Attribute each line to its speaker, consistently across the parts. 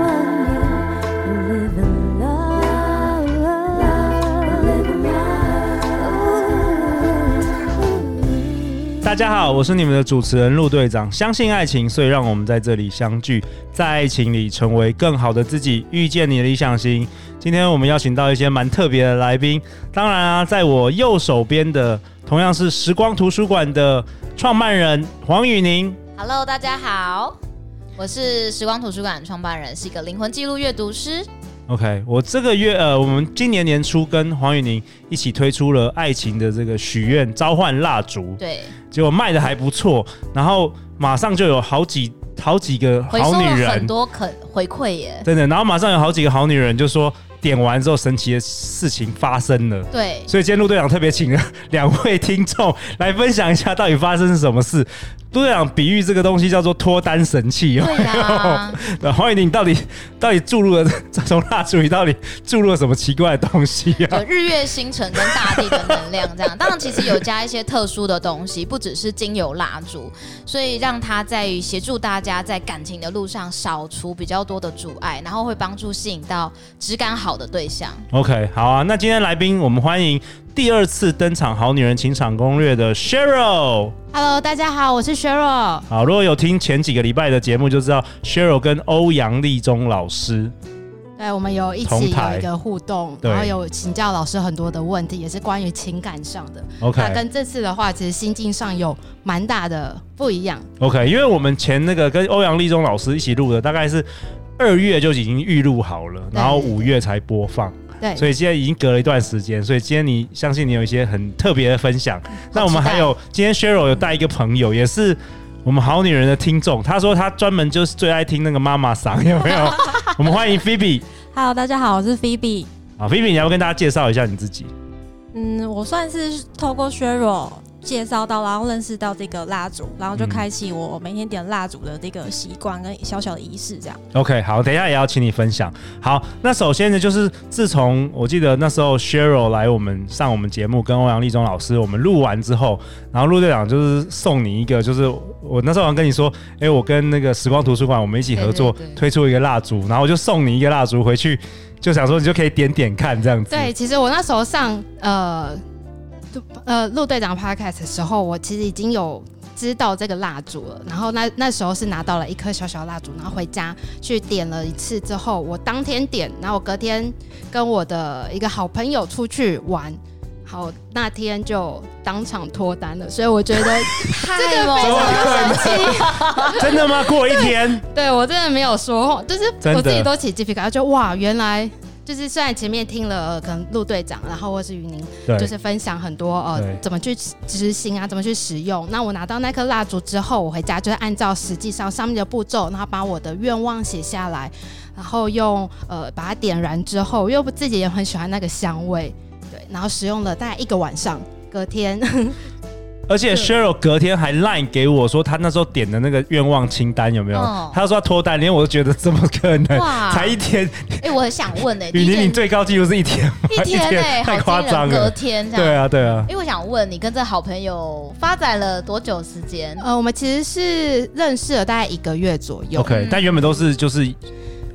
Speaker 1: love you, live in love, live in love.
Speaker 2: 大家好，我是你们的主持人陆队长。相信爱情，所以让我们在这里相聚，在爱情里成为更好的自己，遇见你的理想型。今天我们邀请到一些蛮特别的来宾，当然啊，在我右手边的同样是时光图书馆的创办人黄宇宁。
Speaker 3: Hello，大家好，我是时光图书馆创办人，是一个灵魂记录阅读师。
Speaker 2: OK，我这个月呃，我们今年年初跟黄宇宁一起推出了爱情的这个许愿召唤蜡烛，
Speaker 3: 对，
Speaker 2: 结果卖的还不错，然后马上就有好几好几个
Speaker 3: 回
Speaker 2: 好
Speaker 3: 收了
Speaker 2: 女
Speaker 3: 很
Speaker 2: 人，
Speaker 3: 多肯回馈耶。
Speaker 2: 真的，然后马上有好几个好女人就说点完之后神奇的事情发生了。
Speaker 3: 对，
Speaker 2: 所以今天陆队长特别请了两位听众来分享一下到底发生是什么事。陆队长比喻这个东西叫做脱单神器哦。
Speaker 3: 对呀、
Speaker 2: 那黄宇宁到底到底注入了 从蜡烛里到底注入了什么奇怪的东西啊？
Speaker 3: 有日月星辰跟大地的能量，这样。当然，其实有加一些特殊的东西，不只是精油蜡烛，所以让它在于协助大家在感情的路上扫除比较多的阻碍，然后会帮助吸引到质感好的对象。
Speaker 2: OK，好啊，那今天来宾我们欢迎第二次登场《好女人情场攻略》的 Cheryl。
Speaker 3: Hello，大家好，我是 Cheryl。
Speaker 2: 好，如果有听前几个礼拜的节目，就知道 Cheryl 跟欧阳立中老师。
Speaker 4: 对，我们有一
Speaker 2: 同
Speaker 4: 起
Speaker 2: 台
Speaker 4: 有一个互动，
Speaker 2: 对
Speaker 4: 然后有请教老师很多的问题，也是关于情感上的。
Speaker 2: OK
Speaker 4: 那啊跟这次的话，其实心境上有蛮大的不一样。
Speaker 2: OK，因为我们前那个跟欧阳立中老师一起录的，大概是二月就已经预录好了，
Speaker 4: 对
Speaker 2: 然后五月才播放，
Speaker 4: 对，
Speaker 2: 所以现在已经隔了一段时间。所以今天你相信你有一些很特别的分享。那我们还有今天 Cheryl 有带一个朋友，也是我们好女人的听众，她说她专门就是最爱听那个妈妈嗓，有没有？ 我们欢迎 Phoebe。
Speaker 5: Hello，大家好，我是 Phoebe。
Speaker 2: 啊，Phoebe，你要不要跟大家介绍一下你自己。
Speaker 5: 嗯，我算是透过削弱介绍到，然后认识到这个蜡烛，然后就
Speaker 2: 嗯
Speaker 5: 开启我每天点蜡烛的这个习惯跟小小的仪式，这样。
Speaker 2: OK，好，等一下也要请你分享。好，那首先呢，就是自从我记得那时候 Cheryl 来我们上我们节目，跟欧阳立中老师我们录完之后，然后陆队长就是送你一个，就是我那时候好像跟你说，哎、我跟那个时光图书馆我们一起合作
Speaker 3: 对对对
Speaker 2: 推出一个蜡烛，然后我就送你一个蜡烛回去，就想说你就可以点点看这样子。
Speaker 4: 对，其实我那时候上呃就呃陆队长 podcast 的时候，我其实已经有知道这个蜡烛了。然后那那时候是拿到了一颗小小蜡烛，然后回家去点了一次之后，我当天点，然后我隔天跟我的一个好朋友出去玩。好，那天就当场脱单了，所以 我觉得这
Speaker 3: 太
Speaker 4: 个
Speaker 3: 猛
Speaker 4: 非
Speaker 3: 了
Speaker 4: 常的神奇。
Speaker 2: 真的吗？过一天，
Speaker 4: 对我真的没有说谎，就是
Speaker 2: 真的
Speaker 4: 我自己都起鸡皮疙瘩，就哇，原来就是虽然前面听了、呃可能陆队长，然后或是于宁，
Speaker 2: 对，
Speaker 4: 就是分享很多
Speaker 2: 对
Speaker 4: 呃怎么去执行啊，怎么去使用。那我拿到那颗蜡烛之后，我回家就是按照实际上上面的步骤，然后把我的愿望写下来，然后用呃把它点燃之后，因为我自己也很喜欢那个香味，对，然后使用了大概一个晚上，隔天
Speaker 2: 而且 Cheryl 隔天还 line 给我说，她那时候点的那个愿望清单有没有？
Speaker 3: 哦
Speaker 2: 她说她脱单，连我都觉得怎么可能？
Speaker 3: 哇
Speaker 2: 才一天，
Speaker 3: 哎、我很想问哎、欸，
Speaker 2: 雨
Speaker 3: 第一
Speaker 2: 宁你
Speaker 3: 件
Speaker 2: 最高纪录是一天吗？
Speaker 3: 一天哎、
Speaker 2: 太
Speaker 3: 好
Speaker 2: 夸
Speaker 3: 惊
Speaker 2: 张
Speaker 3: 人，隔
Speaker 2: 了。
Speaker 3: 天这样。
Speaker 2: 对啊，对啊，
Speaker 3: 因为我想问你，跟这好朋友发展了多久时间？
Speaker 4: 呃我们其实是认识了大概一个月左右。
Speaker 2: OK，
Speaker 3: 嗯
Speaker 2: 但原本都是就是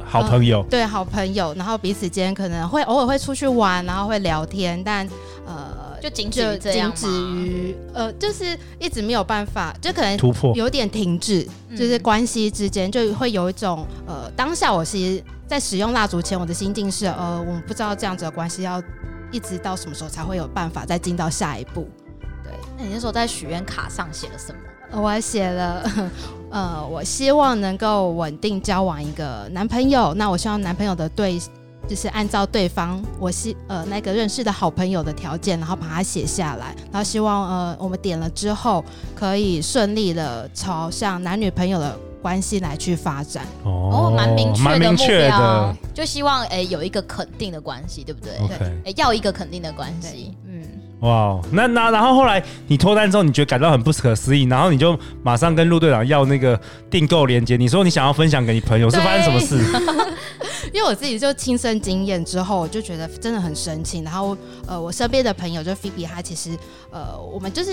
Speaker 2: 好朋友。
Speaker 4: 嗯对好朋友，然后彼此间可能会偶尔会出去玩，然后会聊天，但呃，
Speaker 3: 就仅止于这样
Speaker 4: 仅
Speaker 3: 吗
Speaker 4: 止于呃，就是一直没有办法，就可能
Speaker 2: 突破
Speaker 4: 有点停滞，
Speaker 3: 嗯
Speaker 4: 就是关系之间就会有一种呃，当下我其实在使用蜡烛前，我的心境是呃，我们不知道这样子的关系要一直到什么时候才会有办法再进到下一步。
Speaker 3: 对，那你那时候在许愿卡上写了什么？
Speaker 4: 呃我还写了，呃，我希望能够稳定交往一个男朋友。那我希望男朋友的对，就是按照对方我希呃那个认识的好朋友的条件，然后把它写下来。然后希望呃我们点了之后，可以顺利的朝向男女朋友的关系来去发展。
Speaker 3: 哦，蛮明确
Speaker 2: 蛮
Speaker 3: 的
Speaker 2: 明
Speaker 3: 目
Speaker 2: 确
Speaker 3: 标
Speaker 2: 的。，哦
Speaker 3: 就希望哎、有一个肯定的关系，对不对？哎、
Speaker 2: OK，
Speaker 3: 要一个肯定的关系。嗯，
Speaker 2: 哇哦，那那然后后来你脱单之后，你觉得感到很不可思议，然后你就马上跟陆队长要那个订购链接，你说你想要分享给你朋友，是
Speaker 4: 对
Speaker 2: 发生什么事？
Speaker 4: 因为我自己就亲身经验之后，我就觉得真的很神奇。然后呃，我身边的朋友就菲比，她其实呃，我们就是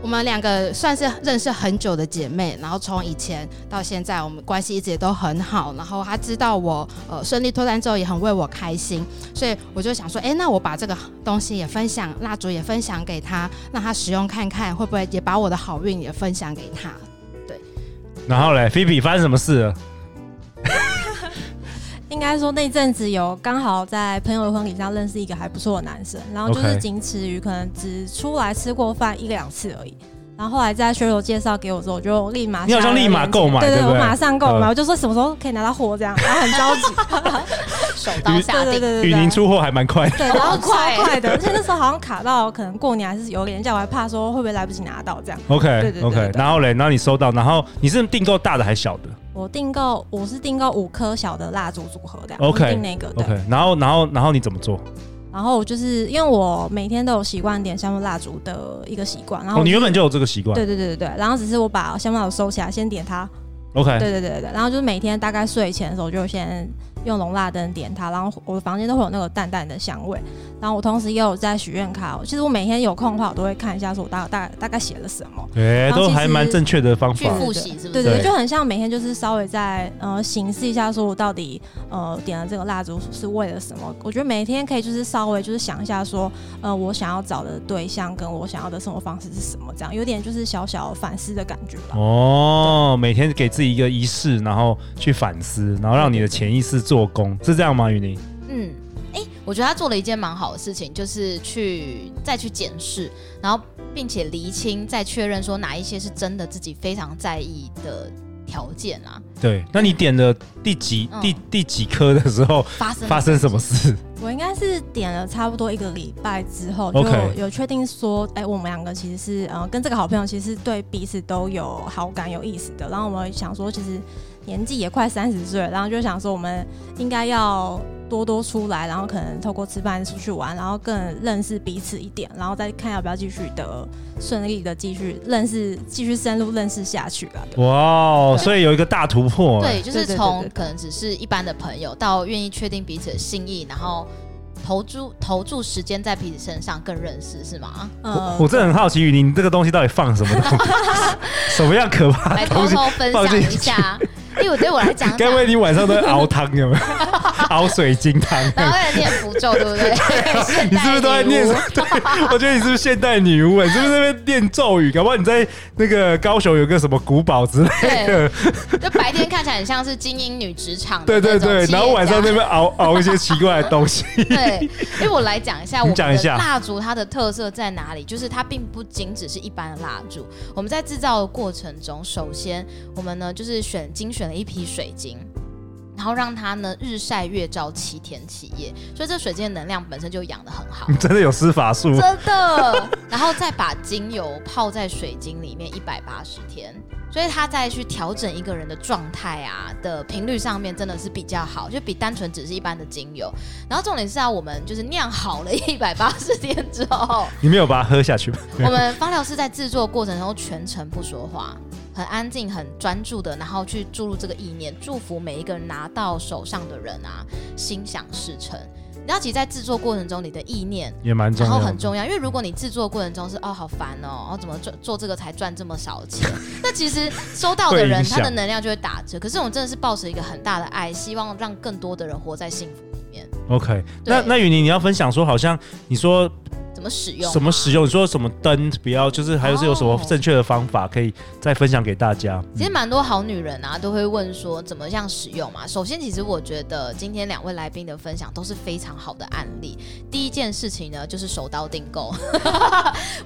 Speaker 4: 我们两个算是认识很久的姐妹，然后从以前到现在，我们关系一直也都很好。然后她知道我呃顺利脱单之后，也很为我开心，所以我就想说，哎、那我把这个东西也分享，蜡烛也分享给她，让她使用看看，会不会也把我的好运也分享给她。
Speaker 2: 然后嘞，菲比发生什么事了？
Speaker 5: 应该说那阵子有刚好在朋友的婚礼上认识一个还不错的男生，然后就
Speaker 2: OK
Speaker 5: 是仅此于可能只出来吃过饭一两次而已。然后后来在学友介绍给我之后，我就立马
Speaker 2: 你好像
Speaker 5: 下了
Speaker 2: 立马
Speaker 5: 链接
Speaker 2: 购买
Speaker 5: 对
Speaker 2: 对不
Speaker 5: 我
Speaker 2: 对
Speaker 5: 马上购买，
Speaker 2: 嗯
Speaker 5: 我就说什么时候可以拿到货这样，然后很着急，
Speaker 3: 手刀下
Speaker 5: 对
Speaker 3: 定，
Speaker 5: 对对对对，啊
Speaker 2: 雨宁出货还蛮快，
Speaker 5: 对，然后
Speaker 3: 好
Speaker 5: 超
Speaker 3: 快
Speaker 5: 快的，而且那时候好像卡到可能过年还是有廉价，我还怕说会不会来不及拿到这样。对
Speaker 2: OK
Speaker 5: 对
Speaker 2: OK，
Speaker 5: 对对
Speaker 2: 然后嘞，然后你收到，然后你是订购大的还是小的
Speaker 5: 我订购我是订购五颗小的蜡烛组合这样
Speaker 2: OK，
Speaker 5: 我订那个对。
Speaker 2: ？OK，然后然后然后你怎么做？哦
Speaker 5: 然后我就是因为我每天都有习惯点香氛蜡烛的一个习惯，然后
Speaker 2: 哦，
Speaker 5: 我
Speaker 2: 你
Speaker 5: 就
Speaker 2: 原本就有这个习惯
Speaker 5: 对对对对对，然后只是我把香氛蜡烛收起来，先点它。
Speaker 2: ，OK，
Speaker 5: 对对对对对，然后就是每天大概睡前的时候就先用龙蜡灯点它，然后我的房间都会有那个淡淡的香味。然后我同时也有在许愿卡，其实我每天有空的话，我都会看一下说我大大大概写了什么。
Speaker 2: 哎，
Speaker 5: 然后
Speaker 2: 都
Speaker 5: 其
Speaker 2: 还蛮
Speaker 5: 实
Speaker 2: 正确的方
Speaker 3: 去
Speaker 2: 法。
Speaker 3: 复习是不是？
Speaker 5: 对对，
Speaker 2: 对
Speaker 5: 对，就很像每天就是稍微在呃形式一下，说我到底呃点了这个蜡烛是为了什么？我觉得每天可以就是稍微就是想一下说，呃，我想要找的对象跟我想要的生活方式是什么，这样有点就是小小反思的感觉吧。
Speaker 2: 哦，每天给自己一个仪式，然后去反思，然后让你的潜意识做工，是这样吗？雨宁？
Speaker 3: 嗯，哎、我觉得他做了一件蛮好的事情，就是去再去检视，然后并且厘清，再确认说哪一些是真的自己非常在意的条件啊，
Speaker 2: 对，那你点的第几
Speaker 3: 嗯
Speaker 2: 第第几颗的时候
Speaker 3: 发生
Speaker 2: 发生什么事？
Speaker 5: 我应该是点了差不多一个礼拜之后，就
Speaker 2: OK
Speaker 5: 有确定说，哎、我们两个其实是呃跟这个好朋友其实是对彼此都有好感、有意思的。然后我们想说，其实年纪也快三十岁了，然后就想说我们应该要多多出来，然后可能透过吃饭、出去玩，然后更认识彼此一点，然后再看要不要继续的顺利的继续认识、继续深入认识下去吧。对
Speaker 2: 哇哦，所以有一个大突破。
Speaker 3: 对，就是
Speaker 5: 对对对
Speaker 3: 从
Speaker 5: 对对
Speaker 3: 可能只是一般的朋友，到愿意确定彼此的心意，然后投注投注时间在彼此身上，更认识 是
Speaker 2: 啊
Speaker 3: 吗？
Speaker 5: 呃嗯
Speaker 2: 我我真的很好奇，雨宁你这个东西到底放什么东 西，什么样可怕
Speaker 3: 来
Speaker 2: 的
Speaker 3: 偷
Speaker 2: 东西？
Speaker 3: 偷分享一 下，因为我对我来讲
Speaker 2: 该不
Speaker 3: 讲
Speaker 2: 会，你晚上都在熬汤有 没有？熬水晶汤？
Speaker 3: 然后在念符咒，对不 对？ 现
Speaker 2: 啊你是不
Speaker 3: 代
Speaker 2: 是都在
Speaker 3: 女
Speaker 2: 念
Speaker 3: 巫
Speaker 2: 什么？对，我觉得你是不是现代女巫？你是不是在那边念咒语？搞不好你在那个高雄有个什么古堡之类
Speaker 3: 哎
Speaker 2: 的？
Speaker 3: 就白天看起来很像是精英女职场 的
Speaker 2: 对对
Speaker 3: 那种企
Speaker 2: 对
Speaker 3: 业家，，
Speaker 2: 然后晚上那边熬 熬一些奇怪的东西。
Speaker 3: 对，因为我来讲一下，我
Speaker 2: 你
Speaker 3: 们
Speaker 2: 讲
Speaker 3: 的
Speaker 2: 一下
Speaker 3: 蜡烛它的特色在哪里？就是它并不仅只是一般的蜡烛。我们在制造的过程中，首先我们呢就是选精选了一批水晶。然后让它呢日晒月照七天七夜，所以这水晶的能量本身就养得很好
Speaker 2: 你，真的有施法术？
Speaker 3: 真的。然后再把精油泡在水晶里面一百八十天，所以它再去调整一个人的状态啊的频率上面真的是比较好，就比单纯只是一般的精油。然后重点是啊，我们就是酿好了 一百八十天之后，
Speaker 2: 你没有把它喝下去吧？
Speaker 3: 我们芳疗师在制作过程中全程不说话，很安静、很专注的，然后去注入这个意念，祝福每一个拿到手上的人啊，心想事成。你知道，其实在制作过程中，你的意念
Speaker 2: 也蛮重
Speaker 3: 然
Speaker 2: 要
Speaker 3: 后
Speaker 2: 的。
Speaker 3: 很重要，因为如果你制作过程中是哦好烦哦，哦怎么做做这个才赚这么少钱，那其实收到的
Speaker 2: 会影
Speaker 3: 人
Speaker 2: 响
Speaker 3: 他的能量就会打折。可是我们真的是抱持一个很大的爱，希望让更多的人活在幸福里面。
Speaker 2: OK，那
Speaker 3: 对
Speaker 2: 那雨宁，你要分享说，好像你说
Speaker 3: 怎么使用啊？
Speaker 2: 什么使用？你说什么灯不要，就是还有是有什么
Speaker 3: 哦
Speaker 2: 正确的方法可以再分享给大家？
Speaker 3: 其实蛮多好女人啊都会问说怎么样使用嘛。首先，其实我觉得今天两位来宾的分享都是非常好的案例。第一件事情呢，就是手刀订购。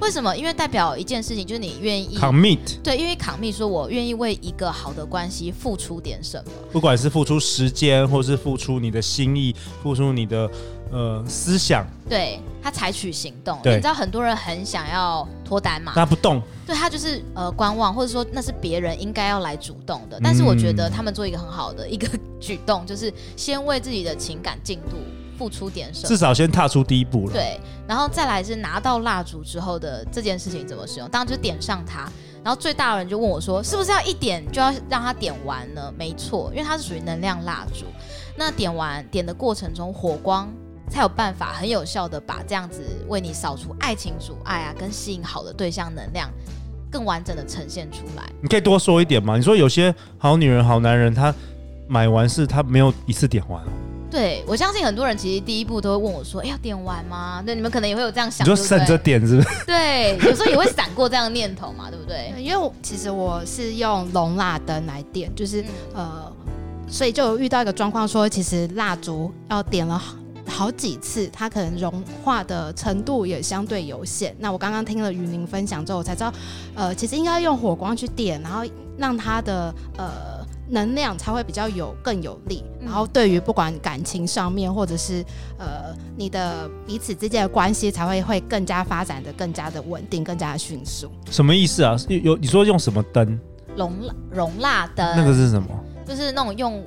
Speaker 3: 为什么？因为代表一件事情，就是你愿意
Speaker 2: commit，
Speaker 3: 对，因为卡密说，我愿意为一个好的关系付出点什么。
Speaker 2: 不管是付出时间，或是付出你的心意，付出你的呃思想，
Speaker 3: 对他采取行动，
Speaker 2: 对
Speaker 3: 你知道很多人很想要脱单嘛，
Speaker 2: 那不动，
Speaker 3: 对他就是呃观望，或者说那是别人应该要来主动的。但是我觉
Speaker 2: 嗯
Speaker 3: 得他们做一个很好的一个 举动，就是先为自己的情感进度付出点什
Speaker 2: 至
Speaker 3: 么。
Speaker 2: 少先踏出第一步了。
Speaker 3: 对，然后再来是拿到蜡烛之后的这件事情怎么使用，当然就是点上它。然后最大的人就问我说：“是不是要一点就要让它点完呢？”没错，因为它是属于能量蜡烛。那点完点的过程中，火光才有办法很有效的把这样子为你扫除爱情阻碍啊，跟吸引好的对象能量更完整的呈现出来。
Speaker 2: 你可以多说一点吗？你说有些好女人、好男人，他买完是他没有一次点完哦，
Speaker 3: 对我相信很多人其实第一步都会问我说：“哎、要点完吗？”对，你们可能也会有这样
Speaker 2: 你
Speaker 3: 想，
Speaker 2: 就
Speaker 3: 对不对
Speaker 2: 省着点是不是？
Speaker 3: 对，有时候也会闪过这样的念头嘛，对不对？
Speaker 4: 因为我其实我是用龙蜡灯来点，就是
Speaker 3: 嗯
Speaker 4: 呃，所以就有遇到一个状况说，其实蜡烛要点了好好几次，它可能融化的程度也相对有限。那我刚刚听了雨宁分享之后，我才知道，呃，其实应该用火光去点，然后让它的呃。能量才会比较有更有力，
Speaker 3: 嗯
Speaker 4: 然后对于不管感情上面或者是呃你的彼此之间的关系才会会更加发展的更加的稳定，更加的迅速。
Speaker 2: 什么意思啊？有有你说用什么灯？
Speaker 3: 容蜡容蜡灯，
Speaker 2: 那个是什么？
Speaker 3: 就是那种用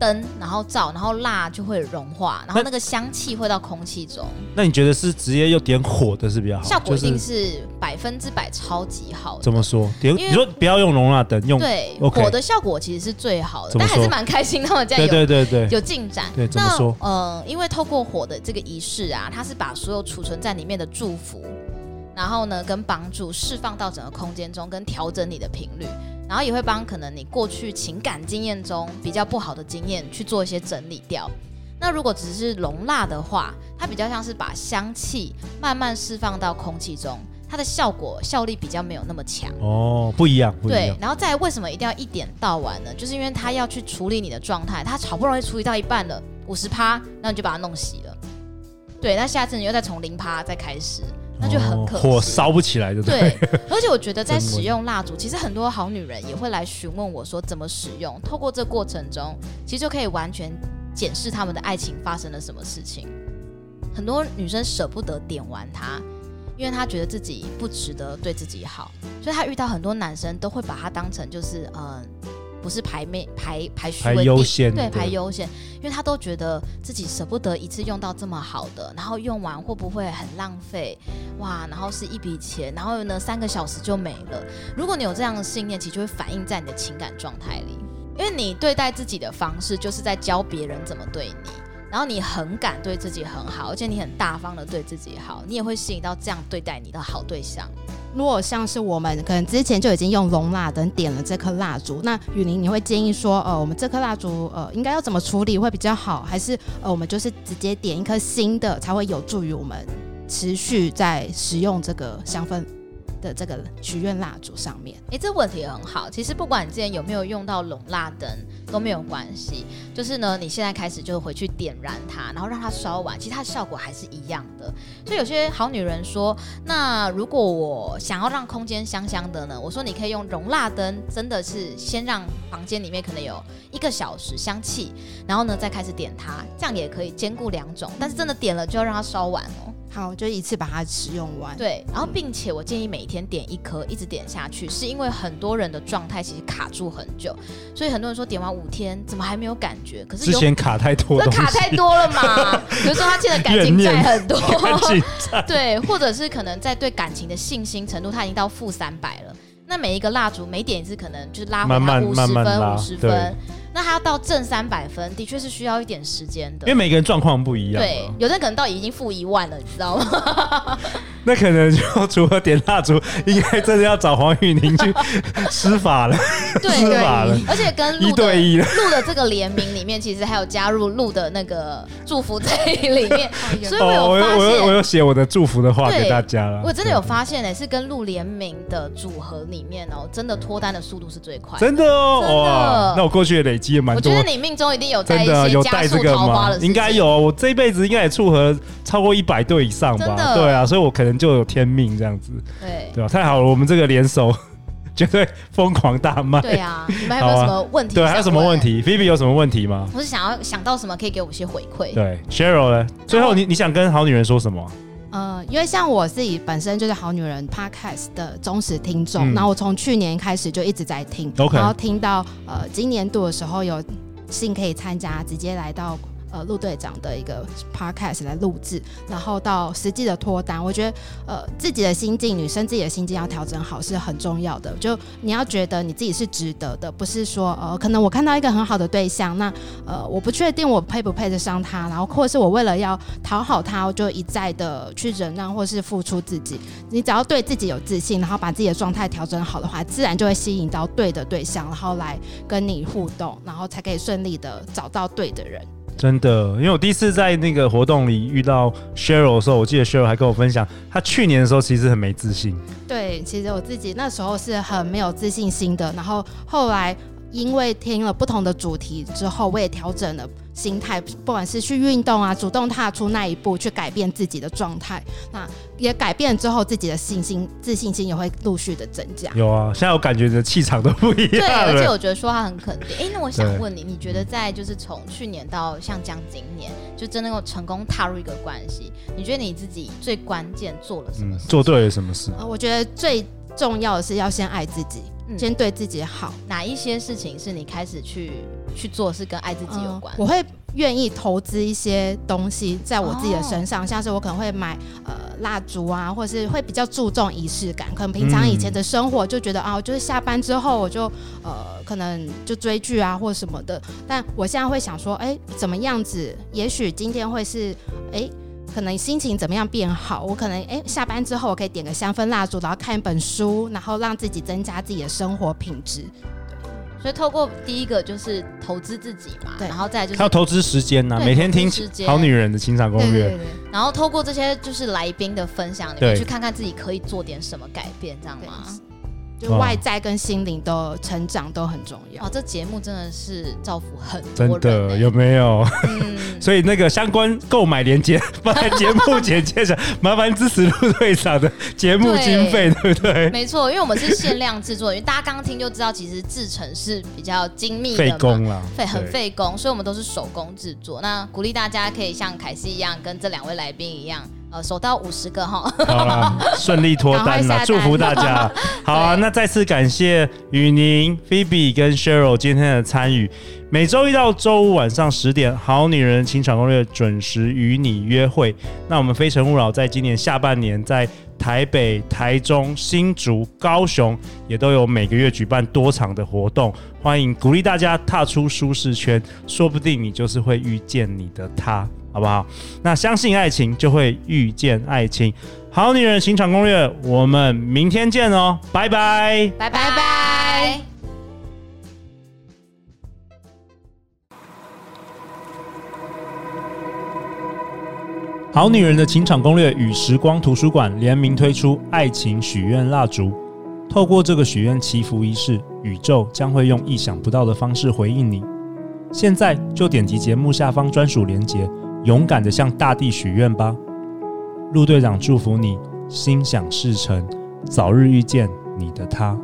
Speaker 3: 灯然后照，然后蜡就会融化，然后那个香气会到空气中，
Speaker 2: 那你觉得是直接又点火的是比较好？
Speaker 3: 效果一
Speaker 2: 就
Speaker 3: 定
Speaker 2: 是
Speaker 3: 是百分之百超级好的。
Speaker 2: 怎么说？点
Speaker 3: 因为
Speaker 2: 你说不要用容蜡灯，用
Speaker 3: 对，
Speaker 2: OK
Speaker 3: 火的效果其实是最好的，
Speaker 2: 怎么
Speaker 3: 但还是
Speaker 2: 说
Speaker 3: 蛮开心他们这样
Speaker 2: 对
Speaker 3: 有
Speaker 2: 对对对，
Speaker 3: 有进展。
Speaker 2: 对怎么说
Speaker 3: 那呃，因为透过火的这个仪式啊，它是把所有储存在里面的祝福，然后呢，跟帮助释放到整个空间中，跟调整你的频率，然后也会帮可能你过去情感经验中比较不好的经验去做一些整理掉。那如果只是容蜡的话，它比较像是把香气慢慢释放到空气中，它的效果效力比较没有那么强。
Speaker 2: 哦，不一样，不一
Speaker 3: 对
Speaker 2: 样，。
Speaker 3: 然后再来为什么一定要一点到完呢？就是因为他要去处理你的状态，他好不容易处理到一半了，五十趴，那你就把它弄熄了。对，那下次你又再从零趴再开始，那就很可
Speaker 2: 哦
Speaker 3: 惜。
Speaker 2: 火烧不起来，对不对？
Speaker 3: 对，而且我觉得在
Speaker 2: 真的
Speaker 3: 使用 蜡烛，其实很多好女人也会来询问我说怎么使用。透过这过程中，其实就可以完全检视她们的爱情发生了什么事情。很多女生舍不得点完它，因为她觉得自己不值得对自己好，所以她遇到很多男生都会把它当成就是嗯、呃不是排妹排排序
Speaker 2: 排
Speaker 3: 位
Speaker 2: 优
Speaker 3: 第
Speaker 2: 先
Speaker 3: 对
Speaker 2: 的
Speaker 3: 排优先，因为他都觉得自己舍不得一次用到这么好的，然后用完会不会很浪费？哇，然后是一笔钱，然后呢三个小时就没了。如果你有这样的信念，其实就会反映在你的情感状态里，因为你对待自己的方式就是在教别人怎么对你。然后你很敢对自己很好，而且你很大方的对自己好，你也会吸引到这样对待你的好对象。
Speaker 4: 如果像是我们可能之前就已经用龙蜡灯点了这颗蜡烛，那雨林你会建议说，呃，我们这颗蜡烛呃应该要怎么处理会比较好，还是呃我们就是直接点一颗新的，才会有助于我们持续在使用这个香氛的这个许愿蜡烛上面？
Speaker 3: 哎，这问题也很好。其实不管你之前有没有用到笼蜡灯都没有关系，就是呢，你现在开始就回去点燃它，然后让它烧完，其实它的效果还是一样的。所以有些好女人说，那如果我想要让空间香香的呢，我说你可以用容蜡灯，真的是先让房间里面可能有一个小时香气，然后呢再开始点它，这样也可以兼顾两种。但是真的点了就要让它烧完哦。
Speaker 4: 好，就一次把它使用完。
Speaker 3: 对，然后并且我建议每天点一颗，一直点下去，是因为很多人的状态其实卡住很久，所以很多人说点完五天怎么还没有感觉，可是
Speaker 2: 之
Speaker 3: 有
Speaker 2: 前卡太多
Speaker 3: 那
Speaker 2: 东 西，
Speaker 3: 卡太多了嘛，比如说他欠的感
Speaker 2: 怨
Speaker 3: 情
Speaker 2: 念
Speaker 3: 债很多，
Speaker 2: 赶紧
Speaker 3: 对，或者是可能在对感情的信心程度他已经到负三百了。那每一个蜡烛每点一次，可能就是拉回
Speaker 2: 慢
Speaker 3: 他
Speaker 2: 慢
Speaker 3: 五
Speaker 2: 慢
Speaker 3: 十
Speaker 2: 慢拉
Speaker 3: 分、五十
Speaker 2: 对
Speaker 3: 分，那他要到正三百分，的确是需要一点时间的
Speaker 2: 因为。每个人状况不一样、啊
Speaker 3: 对，，有的人可能到已经负一万了，你知道吗？
Speaker 2: 那可能就除了点蜡烛，应该真的要找黄雨宁去施法了，
Speaker 3: 对
Speaker 2: 施法了，
Speaker 3: 而且跟
Speaker 2: 一
Speaker 3: 鹿的
Speaker 2: 对一了。
Speaker 3: 鹿的这个联名里面，其实还有加入鹿的那个祝福在里面， 所以我
Speaker 2: 哦，我
Speaker 3: 有
Speaker 2: 有
Speaker 3: 发
Speaker 2: 我有我
Speaker 3: 现。
Speaker 2: 有写我的祝福的话
Speaker 3: 对
Speaker 2: 给大家了，
Speaker 3: 我真的有发现呢、欸是跟鹿联名的组合里面哦，真的脱单的速度是最快。
Speaker 2: 对，真的哦，
Speaker 3: 真的
Speaker 2: 哇，那我过去也累积也蛮
Speaker 3: 我
Speaker 2: 多
Speaker 3: 觉
Speaker 2: 的
Speaker 3: 得你命中一定有在
Speaker 2: 真
Speaker 3: 一
Speaker 2: 的啊
Speaker 3: 些
Speaker 2: 有
Speaker 3: 加
Speaker 2: 带这
Speaker 3: 速
Speaker 2: 个
Speaker 3: 桃花
Speaker 2: 吗
Speaker 3: 的事？情，
Speaker 2: 应该有，我这辈子应该也撮合超过一百对以上
Speaker 3: 真
Speaker 2: 吧？
Speaker 3: 的
Speaker 2: 对啊，所以我可能就有天命这样子，
Speaker 3: 对
Speaker 2: 对吧、太好了，我们这个联手 绝对疯狂大卖。
Speaker 3: 对啊。你们还有没有
Speaker 2: 好啊
Speaker 3: 什么问题？
Speaker 2: 对，还有什么问？题菲比有什么问题吗？
Speaker 3: 我是想要想到什么可以给我一些回馈。
Speaker 2: 对，Cheryl 呢？最后你你想跟好女人说什么？
Speaker 4: 呃，因为像我自己本身就是好女人 podcast 的忠实听众，
Speaker 2: 嗯
Speaker 4: 然后我从去年开始就一直在听
Speaker 2: OK
Speaker 4: 然后听到呃今年度的时候有幸可以参加，直接来到。呃陆队长的一个 podcast 来录制，然后到实际的脱单，我觉得呃自己的心境，女生自己的心境要调整好是很重要的。就你要觉得你自己是值得的，不是说呃可能我看到一个很好的对象，那呃我不确定我配不配得上他，然后或是我为了要讨好他，我就一再的去忍让或是付出自己。你只要对自己有自信，然后把自己的状态调整好的话，自然就会吸引到对的对象，然后来跟你互动，然后才可以顺利的找到对的人。
Speaker 2: 真的，因为我第一次在那个活动里遇到 Cheryl 的时候，我记得 Cheryl 还跟我分享，她去年的时候其实很没自信，
Speaker 4: 对，其实我自己那时候是很没有自信心的，然后后来因为听了不同的主题之后，我也调整了心态，不管是去运动啊，主动踏出那一步去改变自己的状态，那也改变之后自己的信心，自信心也会陆续的增加。
Speaker 2: 有啊，现在我感觉你的气场都不一
Speaker 3: 对，
Speaker 2: 样
Speaker 3: 而且
Speaker 2: 了。
Speaker 3: 我觉得说话很肯定。哎、那我
Speaker 2: 对
Speaker 3: 想问你，你觉得在就是从去年到像这样今年，就真的有成功踏入一个关系，你觉得你自己最关键做了什么
Speaker 2: 嗯
Speaker 3: 事？，
Speaker 2: 做对了什么事？
Speaker 4: 呃，我觉得最重要的是要先爱自己，
Speaker 3: 嗯
Speaker 4: 先对自己好。
Speaker 3: 哪一些事情是你开始去去做，是跟爱自己有关
Speaker 4: 嗯？我会愿意投资一些东西在我自己的
Speaker 3: 哦
Speaker 4: 身上，嗯像是我可能会买呃蜡烛啊，或是会比较注重仪式感。可能平常以前的生活就觉得、啊，我就是下班之后我就呃可能就追剧啊或什么的，但我现在会想说，哎、怎么样子？也许今天会是哎。可能心情怎么样变好？我可能哎、下班之后我可以点个香氛蜡烛，然后看一本书，然后让自己增加自己的生活品质。
Speaker 3: 所以透过第一个就是投资自己嘛，
Speaker 4: 对
Speaker 3: 然后再来就
Speaker 2: 她要
Speaker 3: 是，
Speaker 2: 投资时间呐、
Speaker 3: 对
Speaker 2: 每天听
Speaker 3: 投资时
Speaker 2: 《
Speaker 3: 间
Speaker 2: 好女人的情场攻略》
Speaker 4: 对。
Speaker 3: 然后透过这些就是来宾的分享，你
Speaker 2: 对
Speaker 3: 们去看看自己可以做点什么改变，这样吗？
Speaker 4: 就外在跟心灵的成长都很重要
Speaker 3: 哇，。这节目真的是造福很多
Speaker 2: 真
Speaker 3: 人、欸，
Speaker 2: 的有没有？
Speaker 3: 嗯，
Speaker 2: 所以那个相关购买链接 放在节目简介上，麻烦支持陆队长的节目经费，对不 对？
Speaker 3: 没错，因为我们是限量制作，因为大家刚刚听就知道，其实制成是比较精密的
Speaker 2: 费
Speaker 3: 嘛
Speaker 2: 工啦，
Speaker 3: 费很
Speaker 2: 对。
Speaker 3: 费工，所以我们都是手工制作。那鼓励大家可以像凯西一样，跟这两位来宾一样，呃，手到五十 个哈。
Speaker 2: 好啦，顺利脱单啦，
Speaker 4: 赶快下单
Speaker 2: 祝福大 家。好啊，那再次感谢雨宁、Phoebe 跟 Cheryl 今天的参与。每周一到周五晚上十点，《好女人情场攻略》准时与你约会。那我们《非诚勿扰》在今年下半年在台北、台中、新竹、高雄也都有每个月举办多场的活动，欢迎鼓励大家踏出舒适圈，说不定你就是会遇见你的他，好不好？那相信爱情，就会遇见爱情。好女人情场攻略，我们明天见哦，拜拜。
Speaker 3: 拜拜拜。
Speaker 2: 好女人的情场攻略与时光图书馆联名推出爱情许愿蜡烛，透过这个许愿祈福仪式，宇宙将会用意想不到的方式回应你。现在就点击节目下方专属链接，勇敢的向大地许愿吧。陆队长祝福你心想事成，早日遇见你的他。